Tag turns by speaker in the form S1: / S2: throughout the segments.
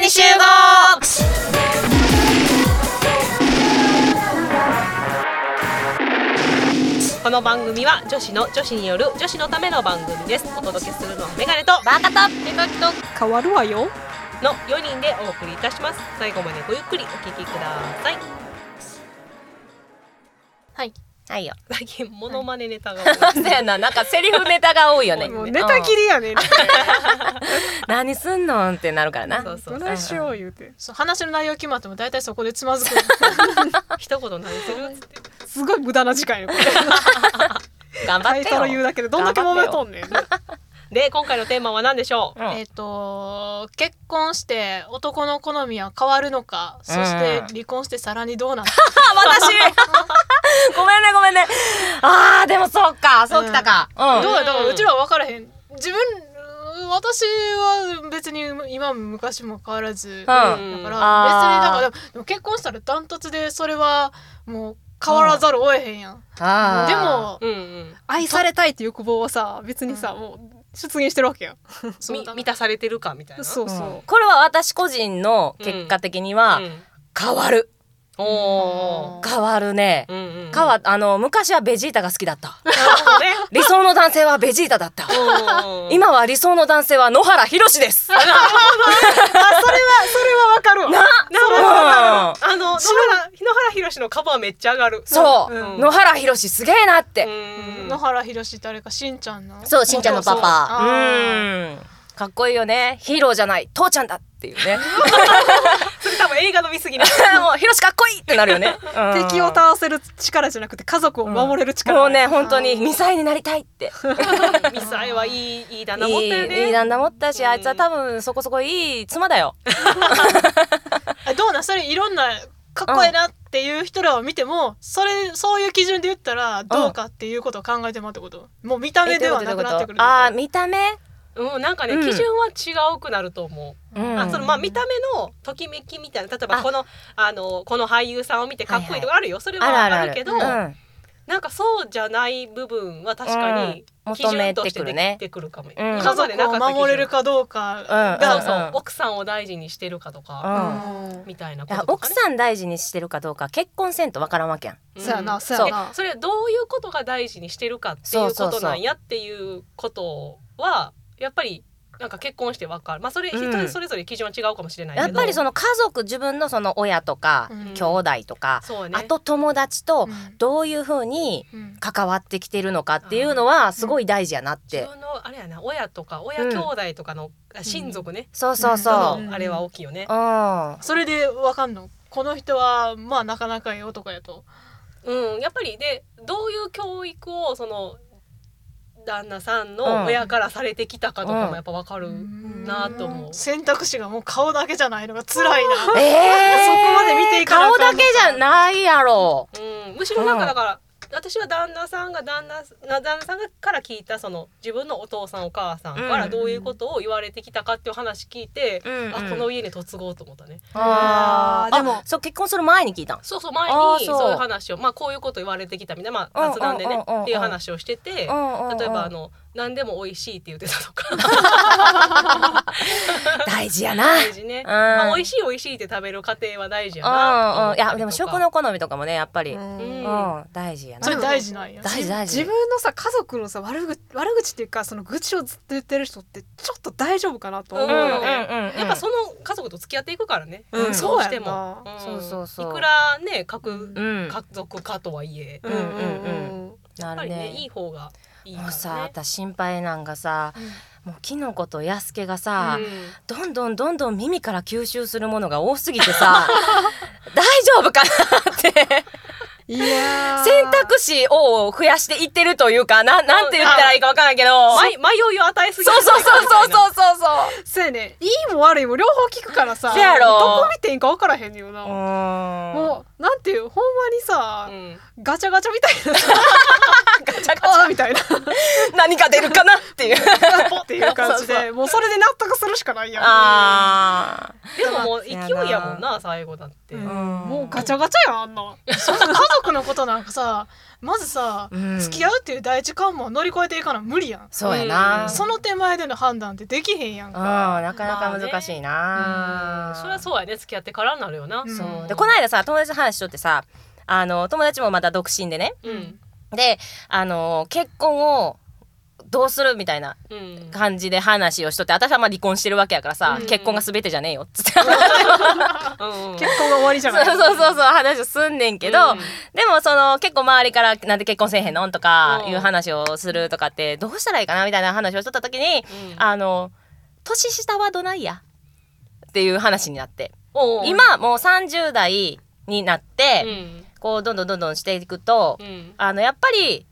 S1: に集合この番組は女子の女子による女子のための番組ですお届けするのはメガネと
S2: バカと
S1: 手書きと
S2: 変わるわよ
S1: の4人でお送りいたします最後までごゆっくりお聞きください
S2: はい
S3: はいよ。
S1: 最近モノマネネタが
S3: そうやな、なんかセリフネタが多いよ ね。
S2: もうネタ切
S3: り。
S2: りやねん
S3: 何すんのんってなるからな。
S1: そうそう
S2: どないしよう言うて
S4: そう話の内容決まっても大体そこでつまずく
S1: 一言何するって
S2: すごい無駄な 時間よこれ
S3: 頑張
S2: タ
S3: っ
S2: イ
S3: て
S2: トル言う
S3: よ。
S2: だけでどんだけ揉めとんねん
S1: で今回のテーマは何でしょう
S3: うん
S4: えっと結婚して男の好みは変わるのかそして
S3: うん
S4: 離婚してさらにどうなる
S3: あ、私。 ごめんね、ごめんね。ああ、でもそうか、そうきたか。
S4: か、
S3: う
S4: ど
S3: ん。
S4: うやだからうちらは分からへん自分私は別に今も昔も変わらず、だか
S3: う
S4: ら別
S3: ん。
S1: ん
S4: に
S3: あー
S4: だからでもでも結婚したらダントツでそれはもう変わらざるを得へんやん、
S3: あー
S4: で。も
S1: うんうん
S2: 愛されたいっていう欲望はさ別にさ、もう出現してるわけや
S4: そう
S1: み
S4: だから
S1: 満たされてるかみたいな
S2: そう
S3: う
S2: そう、
S3: んこれは私個人の結果的には
S1: うん
S3: 変わる。
S1: おお
S4: うん
S3: 変わるね。
S1: うんうん
S3: 変わ、あの、昔はベジータが好きだった。
S1: なるほどね
S3: 理想の男性はベジータだった。
S1: うんうん
S3: 今は理想の男性は野原ひろしです。な
S2: それはわかるわ
S3: うん
S1: あの野原日野原ひろしのカバーめっちゃ上がる
S3: そう、
S1: うん
S3: 野原ひろしすげえなって、
S1: うん
S4: 野原ひろしってあれかしんちゃんの
S3: そうしんちゃんのパパ
S4: そう
S3: う
S4: そうあ
S3: んかっこいいよねヒーローじゃない父ちゃんだっていうね
S1: それ多分映画の見過ぎな
S3: もうひろしかっこいいってなるよね、うん
S2: 敵を倒せる力じゃなくて家族を守れる力、
S3: もうね本当に2歳になりたいって
S1: ミサイはいいいい旦那持っ
S3: い
S1: た
S3: い
S1: よね
S3: いい旦那持ったし
S1: うん
S3: あいつは多分そこそこいい妻だよ
S4: えどうなんそれいろんなかっこええなっていう人らを見てもそれそういう基準で言ったらどうかっていうことを考えてもらうってこともう見た目ではなくなってくる
S3: ああー見た目
S1: うんなんかね、
S3: うん
S1: 基準は違うくなると思う、
S3: うん
S1: あそのまあ見た目のときめきみたいな例えば
S3: あ
S1: このあのこの俳優さんを見てかっこいいとかあるよ、それは
S3: あるある
S1: あ
S3: あ
S1: る
S3: る
S1: けど
S3: うん
S1: なんかそうじゃない部分は確かに
S3: うん
S1: 基準として
S3: 求めてくる
S1: 出
S3: ね
S1: てくるかも、
S3: うん
S4: 家
S1: 今までなかっ
S4: 族を
S1: た基準
S4: 守れるかどうか
S3: う
S1: そ
S3: ん
S1: う
S4: が、
S1: そう、
S3: うん
S1: 奥さんを大事にしてるかと
S3: う
S1: か、
S3: ん
S1: みたいないこと
S3: や
S1: とか、
S3: 奥
S1: ね、
S3: さん大事にしてるかどうか結婚せんとわからんわけやん
S1: ん
S4: そうやなそう
S3: そ
S4: や
S3: う
S4: な
S1: それどういうことが大事にしてるかっていうことなんやっていうことはやっぱりなんか結婚して分かるまあそれ
S3: うん
S1: 人それぞれ基準は違うかもしれないけ
S3: や
S1: ど
S3: っぱりその家族自分のその親とか、
S4: うん
S3: 兄弟とか、
S1: そうね
S3: あと友達と
S4: うん
S3: どういうふうに
S4: うん
S3: 関わってきてるのかっていうのはすごい大事やなっ
S1: 自
S3: て、
S1: 分のあれやな親とか親兄弟とかのあ親族ね、
S3: そうそうそう、
S1: と
S3: うん
S1: のあれは大きいよね、
S4: それでわかんのこの人はまあなかなかええ男やと
S1: うん、やっぱりでどういう教育をその旦那さんの親からされてきたかとかもやっぱ分かる、なあと思う
S4: 選択肢がもう顔だけじゃないのが辛いな
S3: え
S4: そこまで見てい
S3: ー、
S4: かな
S3: 顔
S4: あか
S3: だ
S4: んの
S3: けじゃないやろ
S1: うん、むしろなんかだから、私は旦那さんが旦那な旦那さんから聞いたその自分のお父さんお母さんから
S3: うん
S1: どういうことを言われてきたかっていう話聞いて、
S3: うんうん
S1: あこの家に嫁ごうと思ったね。
S3: あー
S2: あーでも
S3: あそう結婚する前に聞いたん
S1: そうそう前
S3: あー
S1: に
S3: そう
S1: そういう話をまあこういうこと言われてきたみたいなまあ
S3: うん
S1: 雑談で
S3: うん
S1: ね
S3: うんうん
S1: っていう話をしてて。例えばあの何でも美味しいって言ってたとか
S3: 大事やな
S1: 大事ね、
S3: ん
S1: まあ、美味しい美味しいって食べる過程は大事や
S3: うん
S1: な
S3: うんいやでも食の好みとかもねやっぱり、うん
S1: ん
S3: 大事やな
S4: それ大事なんや
S3: 大事大事
S2: 自分のさ家族のさ悪口悪口っていうかその愚痴をずっと言ってる人ってちょっと大丈夫かなと思う
S3: うんうん
S2: よ
S3: うん
S2: ね、
S3: うん
S1: やっぱその家族と付き合っていくからね、
S3: うん
S1: ど
S2: そうう
S1: し
S2: や
S1: て
S2: んな
S1: も、ん
S3: そうそうそう
S1: いくらね各、
S3: うん
S1: 家族かとはいえ
S3: うんうんうん
S1: やっぱり
S3: な
S1: ね
S3: るね
S1: いい方がいいから
S3: もう
S1: ね
S3: さ私心配なんがさ、もうキノコとヤスケがさ、
S1: う
S3: どんどんどんどん耳から吸収するものが多すぎてさ大丈夫かなって
S2: いやー
S3: 選択肢を増やしていってるというかななんて言ったらいいかわからんけど
S1: ん
S3: そ
S1: 迷迷いを与えすぎる
S3: うそうそうそう
S1: う
S3: そうそうそう
S2: そうやねいいも悪いも両方聞くからさ
S3: せやろ
S2: どこ見ていいんか分からへんよな、
S3: うーん
S2: もうなんていうほんまにさ、
S1: ん
S2: ガチャガチャみたい なさガ チャガチャみたいな
S3: 何か出るかなっていう
S2: っていう感じで
S3: そう
S2: もうそれで納得するしかないやん
S3: あ
S1: でももう勢いやもんな最後だって、
S2: う
S3: ー
S2: んもうガチャガチャやんあんなそんな家
S4: 族のことなんかさまずさ、
S3: うん
S4: 付き合うっていう第一関門を乗り越えていかな無理やん
S3: そうやな、
S1: うん
S4: その手前での判断ってできへんやん
S3: う
S4: か、
S3: ん、なかなか難しいな、
S1: うんそれはそうやね付き合ってからになるよな
S4: うん
S3: そうでこの間さ友達の話しとってさあの友達もまだ独身でね
S1: うん
S3: であの結婚をどうするみたいな
S1: うん
S3: 感じで話をしとって私はまあ離婚してるわけやからさ、
S1: うん
S3: 結婚が全てじゃねえよっつって
S1: うん
S4: 結婚が終わりじ
S3: そ
S4: ゃ
S3: う
S4: ない
S3: そう そうそう話をすんねんけど、
S1: うん
S3: でもその結構周りから「なんで結婚せえへんの?」とか
S1: うん
S3: いう話をするとかってどうしたらいいかなみたいな話をしとった時に「あの年下はどないや?」っていう話になって
S1: うん
S3: 今もう30代になって、
S1: うん
S3: こうどんどんどんどんしていくと、
S1: うん
S3: あのやっぱり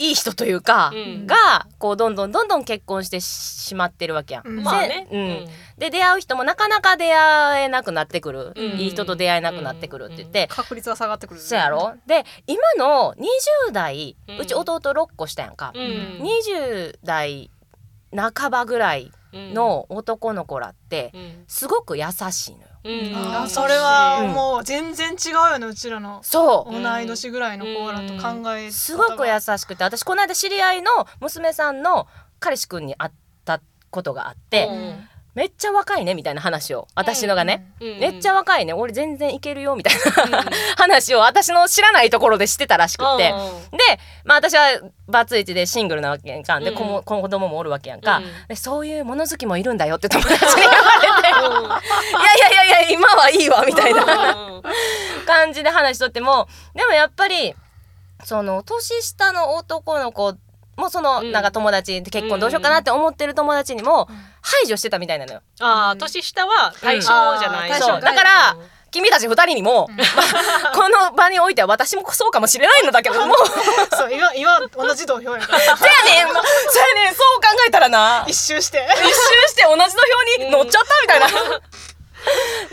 S3: いい人というか、
S1: うん
S3: がこうどんどんどんどん結婚してしまってるわけやん。
S4: うん
S1: まあね
S3: せうんで出会う人もなかなか出会えなくなってくる、
S1: うん
S3: いい人と出会えなくなってくるって言って、
S2: 確率は下がってくる。
S3: そうや。ろで今の20代
S1: うん
S3: うち弟6個したやんか、
S1: うん
S3: 20代半ばぐらい
S1: うん
S3: の男の子らって
S1: うん
S3: すごく優しいのよ。
S1: うん
S4: あ
S2: う
S4: ー
S2: ん
S4: それはもう全然違うよねうちらの
S3: そう
S4: 同い年ぐらいの子らと考え方が
S3: すごく優しくて私この間知り合いの娘さんの彼氏くんに会ったことがあって、
S1: うん
S3: めっちゃ若いねみたいな話を私のがね、
S1: うん
S3: めっちゃ若いね俺全然いけるよみたいな
S1: う
S3: 話を私の知らないところでしてたらしく
S1: ん
S3: て。で、まあ、私はバツイチでシングルなわけやんかで、
S1: うん
S3: 子も子供もおるわけやん
S1: う
S3: か、
S1: ん
S3: でそういう物好きもいるんだよって友達に言われていやいやいやいや今はいいわみたいな
S1: うん
S3: 感じで話しとってもでもやっぱりその年下の男の子もその、
S1: うん
S3: なんか友達結婚どうしようかなって思ってる友達にも
S4: うん
S3: 排除してたみたいなのよ。
S1: ああ年下は対象じゃない
S2: うんあー対象
S3: そうだから君たち二人にも、
S4: う ん
S3: この場においては私もそうかもしれないのだけ ども
S4: そう今今同じ土 俵やから
S3: そやねん、まそやねんそう考えたらな
S4: 一周して
S3: 一周して同じ土俵に乗っちゃったみたい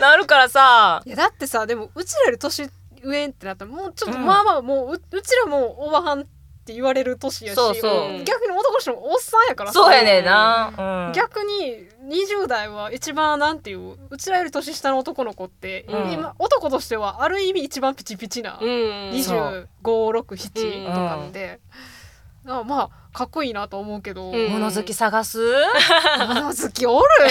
S3: な、なるからさ
S2: いやだってさでもうちらより年上ってなったらもうちょっと
S3: うん
S2: まあまあもうう,、うちらもうおばはんって言われる年やし
S3: そうそう
S2: 逆に男の人もおっさんやからさ
S3: そうやねんな、うん、
S2: 逆に20代は一番なんていううちらより年下の男の子って、
S3: うん
S2: 今男としてはある意味一番ピチピチな、
S1: うん
S3: そう
S2: 2567とかって、あまあかっこいいなと思うけど、
S1: うん
S3: 物好き探す、
S2: 物好きおる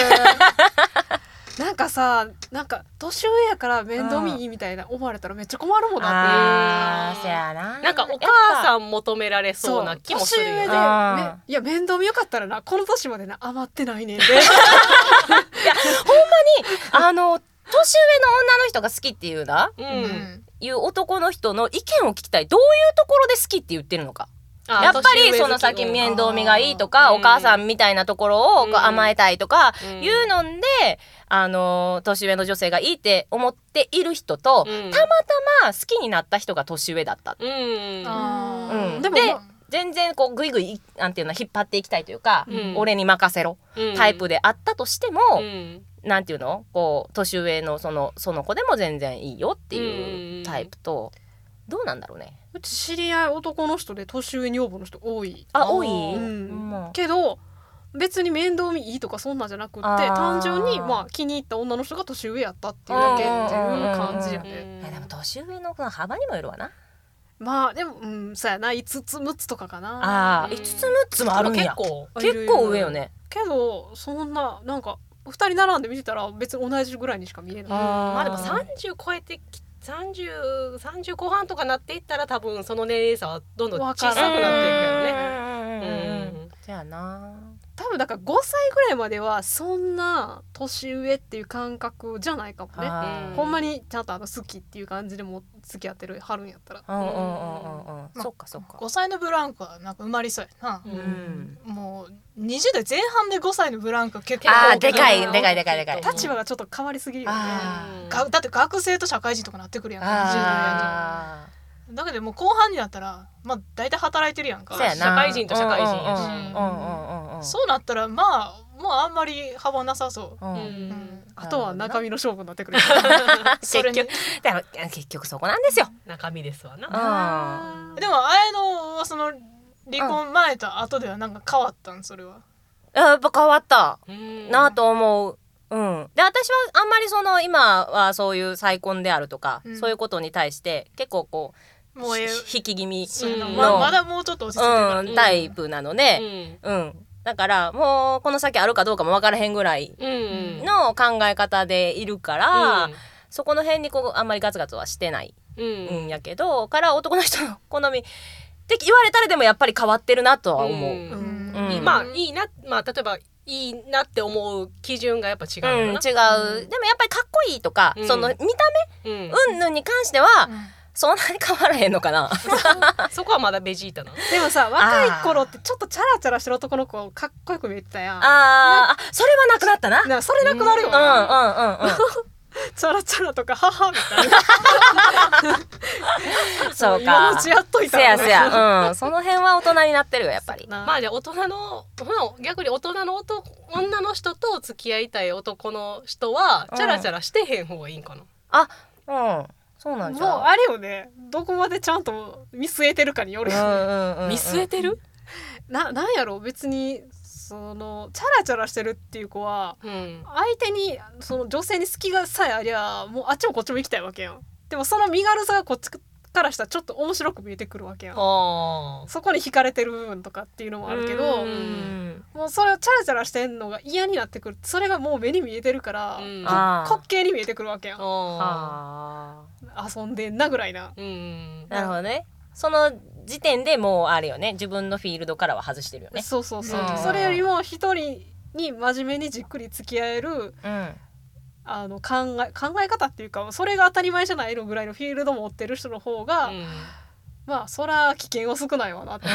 S2: なんかさなんか年上やから面倒見いいみたいな思われたらめっちゃ困るもん
S3: あ
S2: なっ
S3: ー
S2: て
S3: せやな
S1: なんかお母さん求められそうな気もするよ
S2: 年上で、
S1: ね
S3: あ
S2: めいや面倒見よかったらなこの年までな余ってないねんで
S3: あの年上の女の人が好きっていうな
S1: う
S4: うんん
S3: いう男の人の意見を聞きたいどういうところで好きって言ってるのか
S1: あー
S3: やっぱ
S1: 年上
S3: り
S1: 好き
S3: その先面倒見がいいとか
S1: あー
S3: お母さんみたいなところをこう
S1: うん
S3: 甘えたいとか
S1: う
S3: い
S1: ん
S3: うのであの年上の女性がいいって思っている人と
S1: うん
S3: たまたま好きになった人が年上だった
S1: うん
S4: あー
S3: うん
S2: でも
S3: で
S2: まあ
S3: 全然こうグイグイなんていうの引っ張っていきたいというか
S1: うん
S3: 俺に任せろタイプ
S1: で
S3: であったとしても
S1: うん
S3: なんていうのこう年上のそのその子でも全然いいよっていうタイプと、どうなんだろうね
S2: うち知り合い男の人で年上女房の人多い
S3: あ
S1: あ
S3: 多い、
S1: ー
S2: う
S3: うんん
S2: けど別に面倒見いいとかそんなんじゃなくって
S3: あー
S2: 単純にまあ気に入った女の人が年上やったっていうだけっていう感じや
S1: う
S2: ね
S1: ん
S3: いやでも年上の幅にもよるわな
S2: まあでもうんそうやな5つ6つとかかな
S3: あ
S1: う
S3: ー
S1: ん
S3: 5つ6つもあるんや
S1: 結構
S2: あ
S3: 結構上よね
S2: けどそんななんか2人並んで見てたら別に同じぐらいにしか見えない
S1: ま
S3: ま
S1: あでも30超えてき30 30後半とかなっていったら多分その年齢差はどんどん小さくなっていくよね。
S3: ね
S1: うん
S3: じゃあな
S2: 多分だから5歳ぐらいまではそんな年上っていう感覚じゃないかもね
S3: あー
S2: ほんまにちゃんとあの好きっていう感じでも付き合ってるはるんやったら
S3: うんうんうんうんうんそっかそっか
S4: 5歳のブランクはなんか埋まりそうやな、
S1: う
S3: うんん
S4: もう20代前半で5歳のブランク結構
S3: あ
S4: 大
S3: ー
S4: き
S3: で
S4: い
S3: かいでかいでかいでかい
S2: 立場がちょっと変わりすぎるよね
S3: あー
S4: がだって学生と社会人とかなってくるやんか10代
S3: あ
S4: やとだけどもう後半になったらまあ大体働いてるやん
S3: あ
S4: か
S3: そうやな
S1: 社会人と社会人や
S4: し
S3: うんうんうんうんうん
S4: そうなったらまあもうあんまり幅なさそう
S1: うん
S4: う、うん ん、
S2: あとは中身の勝負になってくるよね
S4: それに
S3: 結だから結局そこなんですよ。
S1: 中身ですわな。
S3: あ
S4: でもあやのはその離婚前と後ではなんか変わったんそれは
S3: やっぱ変わった
S1: うん
S3: なと思う。うん、で私はあんまりその今はそういう再婚であるとか、
S4: うん
S3: そういうことに対して結構こう
S4: もうええ
S3: 引き気味
S4: そうやな
S1: うん
S4: ままだもうちょっと落ち着いてから、
S3: うん、タイプなので、うんだからもうこの先あるかどうかも分からへんぐらい
S1: うん
S3: の考え方でいるから、
S1: あ
S3: そこの辺にこうあんまりガツガツはしてない
S1: うん
S3: やけど、から男の人の好みって言われたらでもやっぱり変わってるなとは思う。うん
S1: ん
S4: うん
S3: うん
S1: まあいいなまあ例えばいいなって思う基準がやっぱ違う
S3: 違う、
S1: よな
S3: でもやっぱりかっこいいとか、
S1: うん
S3: その見た
S1: うん
S3: 目うんぬんに関しては、
S4: うん
S3: そんなに変わらへんのかな。
S1: そこはまだベジータなの
S2: でもさ若い頃ってちょっとチャラチャラしてる男の子かっこよく見えてたや
S3: あ
S2: ん
S3: ーあそれはなくなったな。
S2: なそれなくなるよ
S3: う
S2: な、
S3: んうんうん
S4: チャラチャラとか母みたいな
S3: うん。そう
S2: 今の
S3: か
S2: う。ちやっといた
S3: せ
S2: ら
S3: やせや。うん。その辺は大人になってるよやっぱり。
S1: まあじゃあ大人のほな逆に大人の男女の人と付き合いたい男の人は
S3: うん
S1: チャラチャラしてへん方がいいんかな、
S3: うん。そうなんじゃ
S2: もうあれよねどこまでちゃんと見据えてるかによるよね、
S3: う。
S1: 見据えてる、
S2: ななんやろう別にそのチャラチャラしてるっていう子は
S1: うん
S2: 相手にその女性に隙がさえありゃもうあっちもこっちも行きたいわけやんでもその身軽さがこっちからしたらちょっと面白く見えてくるわけやん
S1: あ
S2: そこに惹かれてる部分とかっていうのもあるけど
S1: うん
S2: もうそれをチャラチャラしてんのが嫌になってくるそれがもう目に見えてるから、
S1: うん
S3: あー
S2: 滑稽に見えてくるわけやん
S1: あ
S3: あ
S2: 遊んでんなぐらいな
S1: ーうん
S3: ーなるほどね。その時点でもうあれよね自分のフィールドからは外してるよね。
S2: そうそうそう、
S3: うん
S2: それよりも一人に真面目にじっくり付き合える
S3: うん。
S2: あの考え考え方っていうかそれが当たり前じゃないのぐらいのフィールド持ってる人の方が、まあそら危険は少ないわなって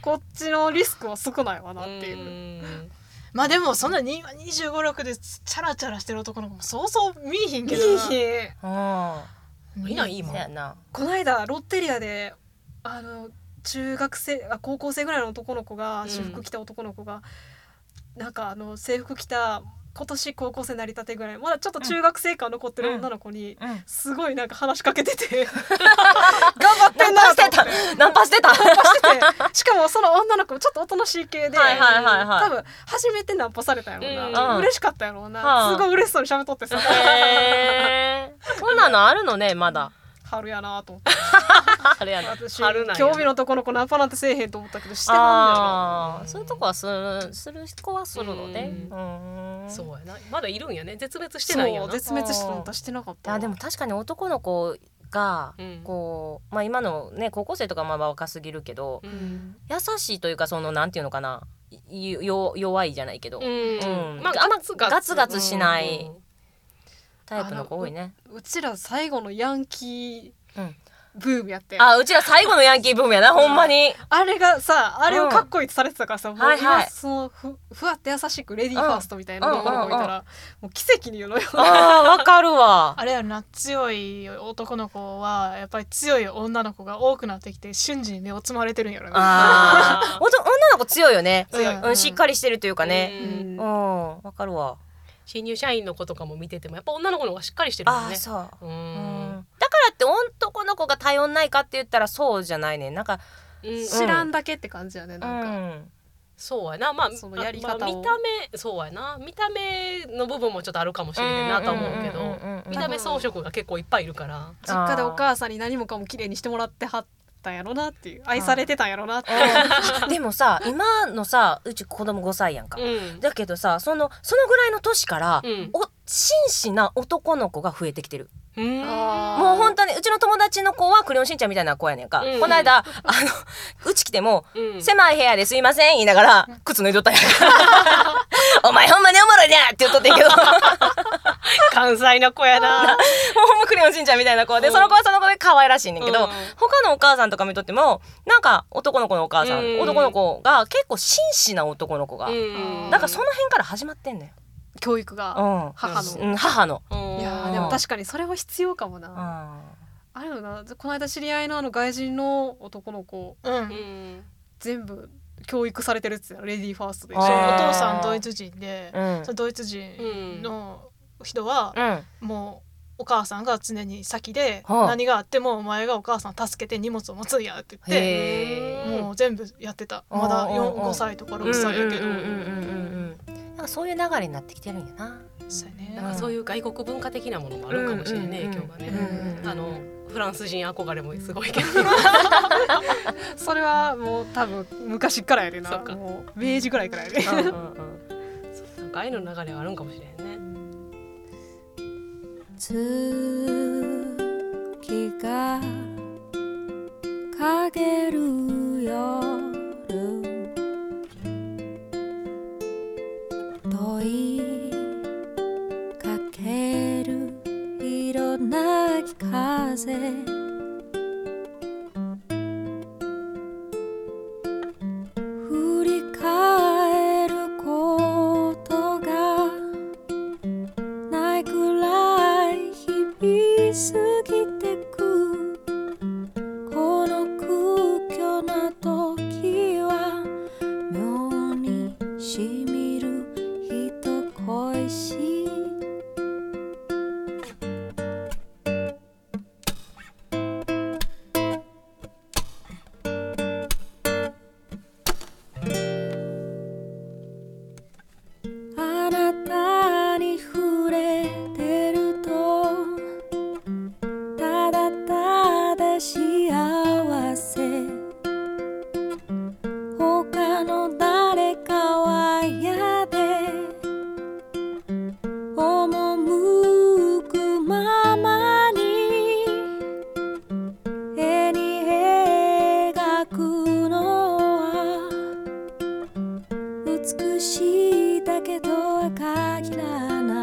S2: こっちのリスクは少ないわなっていう、
S1: うん
S4: まあでもそんなに2 5 6でチャラチャラしてる男の子もそうそう見えひん
S2: い
S4: け
S2: い
S4: どな
S2: 日
S3: う
S1: いないいも
S3: ん。
S1: ん
S3: せやな。
S2: この間ロッテリアであの中学生あ高校生ぐらいの男の子
S1: う
S2: が
S1: ん
S2: 私服着た男の子が、なんかあの制服着た今年高校生なりたてぐらいまだちょっと中学生感残ってる女の子に、
S3: うん。
S2: すごいなんか話しかけてて頑張ってんなと思 って
S3: ナンパしてた。
S2: ナンパしててしかもその女の子もちょっとおとなしい系で、
S3: はいはいはいはい
S2: 多分初めてナンパされたやろうな、
S3: うん
S2: 嬉しかったやろうな、
S3: はあ
S2: すごい嬉しそうに喋っとってさ
S3: へーそんなのあるのねまだ。
S2: 春やなと思って
S3: あれやな。
S2: 私
S1: 春なんや
S2: 興味のとこの子ナンパなんてせえへんと思ったけどしては
S3: ああーそういうとこはするする子はするのね。うん
S1: そうやなまだいるんやね絶滅して
S2: んねんな
S1: ないんや
S2: そ
S1: な
S2: う絶滅してたしてなかっ
S3: い
S2: たわ
S3: やでも確かに男の子が
S1: うん
S3: こう、まあ今のね高校生とかまあ若すぎるけど
S1: うん
S3: 優しいというかそのなんていうのかないよ弱いじゃないけど、
S1: うん
S3: うん
S1: まあ
S3: あんま
S1: ガツガツ
S3: ガツガツしないタイプの子多いね。
S2: うちら最後のヤンキ
S3: う
S2: ー
S3: ん
S2: ブームやって、
S3: あうちら最後のヤンキーブームやなほんまに。
S2: あれがさあれをかっこいいとされてたからさ、もう
S3: はいは
S2: 今
S3: い
S2: そのふふわって優しくレディーファーストみたいな
S3: うん
S2: 男の子いた
S3: うんうん
S2: ら、もう奇跡に言うのよ
S3: あーわかるわ。
S4: あれやろな強い男の子はやっぱり強い女の子が多くなってきて瞬時に目をつまれてるんやろな
S3: あーおと女の子強いよね。
S4: 強い
S3: うん、しっかりしてるというかね。
S1: うん
S3: うん、わかるわ。
S1: 新入社員の子とかも見ててもやっぱ女の子の方がしっかりしてるも
S3: あ
S1: ん
S3: あ
S1: ね
S3: そう。
S1: う
S3: うん
S1: ん
S3: だからって男の子が頼んないかって言ったらそうじゃないねなんか
S1: うん
S2: 知らんだけって感じやねなんか、
S3: うん
S1: そうやなまあ
S2: そのやり方を
S1: まあ見た目そうやな見た目の部分もちょっとあるかもしれへんなとは思うけ
S3: うんうんうんうん
S1: ど
S3: うん
S1: 見た目装飾が結構いっぱいいるから
S2: 実家でお母さんに何もかも綺麗にしてもらってはったんやろなっていう愛されてたんやろなっていう
S3: でもさ今のさうち子供5歳やんか、
S1: うん
S3: だけどさそのそのぐらいの年から、
S1: うん
S3: お紳士な男の子が増えてきてる
S1: うん
S2: あー
S3: もう本当にうちの友達の子はクレヨンしんちゃんみたいな子やねんか、
S1: うん
S3: この間あのうち来ても、
S1: うん
S3: 狭い部屋ですいません言いながら靴脱いどったんやお前ほんまにおもろいなって言っとってんけど
S1: 関西の子やな
S3: もうほんまクレヨンしんちゃんみたいな子で、
S1: うん
S3: その子はその子で可愛らしいねんだけど、
S1: うん
S3: 他のお母さんとか見とってもなんか男の子のお母さん、
S1: うん
S3: 男の子が結構紳士な男の子が、
S1: うん
S3: だからその辺から始まってんのよ、
S2: 教育が、
S3: うん
S2: 母
S1: う
S2: の。
S3: うん、母の、
S1: うん
S2: いやーでも確かにそれは必要かも
S3: う
S2: な。
S3: ん、
S2: あるよなこの間知り合いのあの外人の男の子
S4: うん、
S1: う
S4: お
S1: ん
S2: 全部教育されてるっつってたよレディーファーストで一緒
S3: あー
S4: 父さんドイツ人で、
S3: うん
S4: そのドイツ人の人は
S3: うん
S4: もうお母さんが常に先で
S3: はあ
S4: 何があってもお前がお母さん助けて荷物を持つんやって言って
S3: へー
S4: もう全部やってた
S3: あー
S4: まだ
S3: あー
S4: 4
S3: あー
S4: 5歳とか
S3: うん
S4: 6歳やけど
S3: うんうんうんうんうんなんかそういう流れになってきてるんやな
S4: そうや
S1: なん
S4: ね
S1: かそういう外国文化的なものもあるかもしれないね
S3: うん
S1: 影響が
S3: うんうん
S1: ね
S3: うん
S1: あのフランス人憧れもすごいけど
S2: それはもう多分昔からやでな
S1: そうか
S2: もう明治ぐらいからやで
S1: うんうんうん そうなんか愛の流れはあるんかもしれへんね
S5: 月が陰る夜問いかける色なき風振り返ることがないくらい日々過ぎてくこの空虚な時は妙にしみる人恋しいあなたに触れてるとただただ幸せ他の誰かは嫌で赴くままに絵に描くのは美しいだけど赤らない